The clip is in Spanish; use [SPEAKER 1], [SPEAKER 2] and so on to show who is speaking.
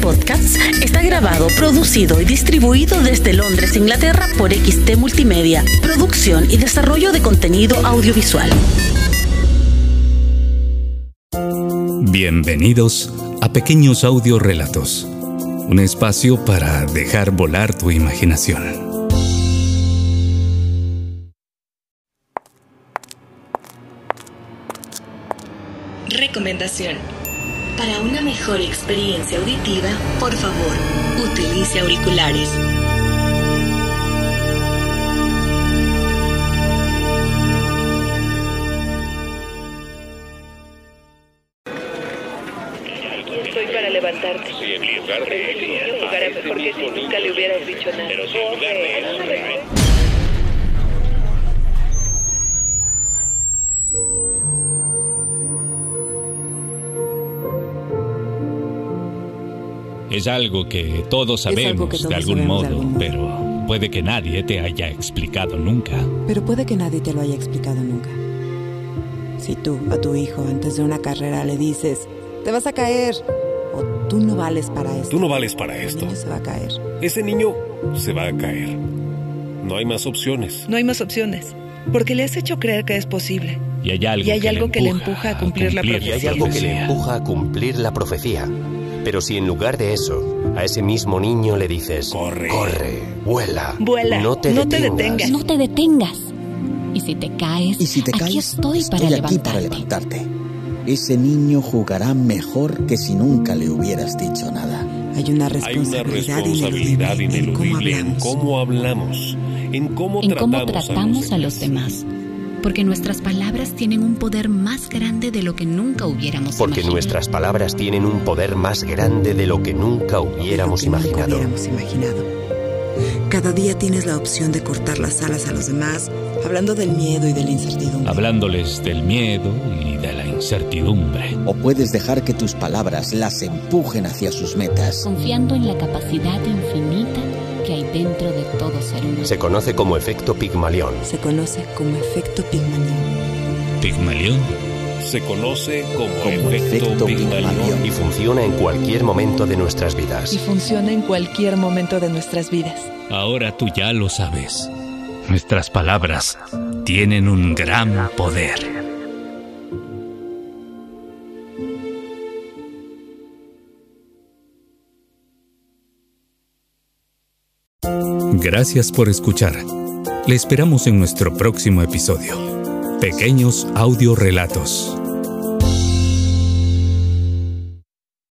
[SPEAKER 1] podcast está grabado, producido y distribuido desde Londres, Inglaterra, por XT Multimedia, producción y desarrollo de contenido audiovisual.
[SPEAKER 2] Bienvenidos a Pequeños Audiorelatos, un espacio para dejar volar tu imaginación.
[SPEAKER 1] Recomendación. Para una mejor experiencia auditiva, por favor, utilice auriculares.
[SPEAKER 3] Aquí estoy para levantarte.
[SPEAKER 4] Sí, en lugar de
[SPEAKER 3] Creí que
[SPEAKER 4] eso,
[SPEAKER 3] yo jugara mejor que si nunca le hubieras dicho nada.
[SPEAKER 4] Pero si en lugar de eso, eh, ¿verdad?
[SPEAKER 5] Es algo que todos
[SPEAKER 6] algo
[SPEAKER 5] sabemos,
[SPEAKER 6] que todos
[SPEAKER 5] de, algún
[SPEAKER 6] sabemos de
[SPEAKER 5] modo,
[SPEAKER 6] algún modo.
[SPEAKER 5] pero puede que nadie te haya explicado nunca.
[SPEAKER 6] Pero puede que nadie te lo haya explicado nunca. Si tú a tu hijo antes de una carrera le dices, te vas a caer, o tú no vales para esto,
[SPEAKER 7] Tú no vales para esto.
[SPEAKER 6] el niño se va a caer.
[SPEAKER 7] Ese niño se va a caer. No hay más opciones.
[SPEAKER 8] No hay más opciones, porque le has hecho creer que es posible.
[SPEAKER 5] Y hay algo,
[SPEAKER 8] Y hay algo que le empuja a cumplir la
[SPEAKER 5] cumplir
[SPEAKER 9] Y
[SPEAKER 8] profecía.
[SPEAKER 9] hay algo que le empuja a cumplir la profecía. Pero si en lugar de eso, a ese mismo niño le dices,
[SPEAKER 7] Corre.
[SPEAKER 9] corre, vuela,
[SPEAKER 8] Vuela,
[SPEAKER 9] no te
[SPEAKER 8] no te
[SPEAKER 9] detengas".
[SPEAKER 8] detengas.
[SPEAKER 10] No te detengas. Y si te caes,
[SPEAKER 11] Y si te
[SPEAKER 10] aquí
[SPEAKER 11] caes,
[SPEAKER 10] estoy, para,
[SPEAKER 11] aquí
[SPEAKER 10] levantarte.
[SPEAKER 11] para levantarte. Ese niño jugará mejor que si nunca le hubieras dicho nada.
[SPEAKER 6] Hay una
[SPEAKER 7] Hay una
[SPEAKER 6] responsabilidad,
[SPEAKER 7] responsabilidad ineludible en
[SPEAKER 6] hablamos.
[SPEAKER 7] cómo hablamos, en cómo
[SPEAKER 10] En cómo
[SPEAKER 7] tratamos,
[SPEAKER 10] tratamos a los demás. Porque nuestras palabras tienen un poder más grande de lo que nunca hubiéramos
[SPEAKER 9] Porque
[SPEAKER 10] imaginado.
[SPEAKER 9] nuestras palabras tienen un poder más grande de lo que nunca hubiéramos
[SPEAKER 6] Lo que nunca
[SPEAKER 9] imaginado.
[SPEAKER 6] hubiéramos imaginado. Cada día tienes la opción de cortar las alas a los demás, hablando del miedo y de la incertidumbre.
[SPEAKER 5] Hablándoles del miedo y de la incertidumbre.
[SPEAKER 11] O puedes dejar que tus palabras las empujen hacia sus metas.
[SPEAKER 10] Confiando en la capacidad infinita que hay dentro de todo ser humano.
[SPEAKER 9] Se conoce como efecto Pigmalión.
[SPEAKER 6] Se conoce como efecto Pigmalión.
[SPEAKER 5] Pigmalión,
[SPEAKER 7] Se conoce como,
[SPEAKER 11] Como
[SPEAKER 7] efecto,
[SPEAKER 11] efecto
[SPEAKER 7] Pigmalión.
[SPEAKER 11] Pigmalión.
[SPEAKER 9] y funciona en cualquier momento de nuestras vidas.
[SPEAKER 8] Y funciona en cualquier momento de nuestras vidas.
[SPEAKER 5] ahora tú ya lo sabes. Nuestras palabras tienen un gran poder.
[SPEAKER 2] Gracias por escuchar. Le esperamos en nuestro próximo episodio. Pequeños audiorelatos.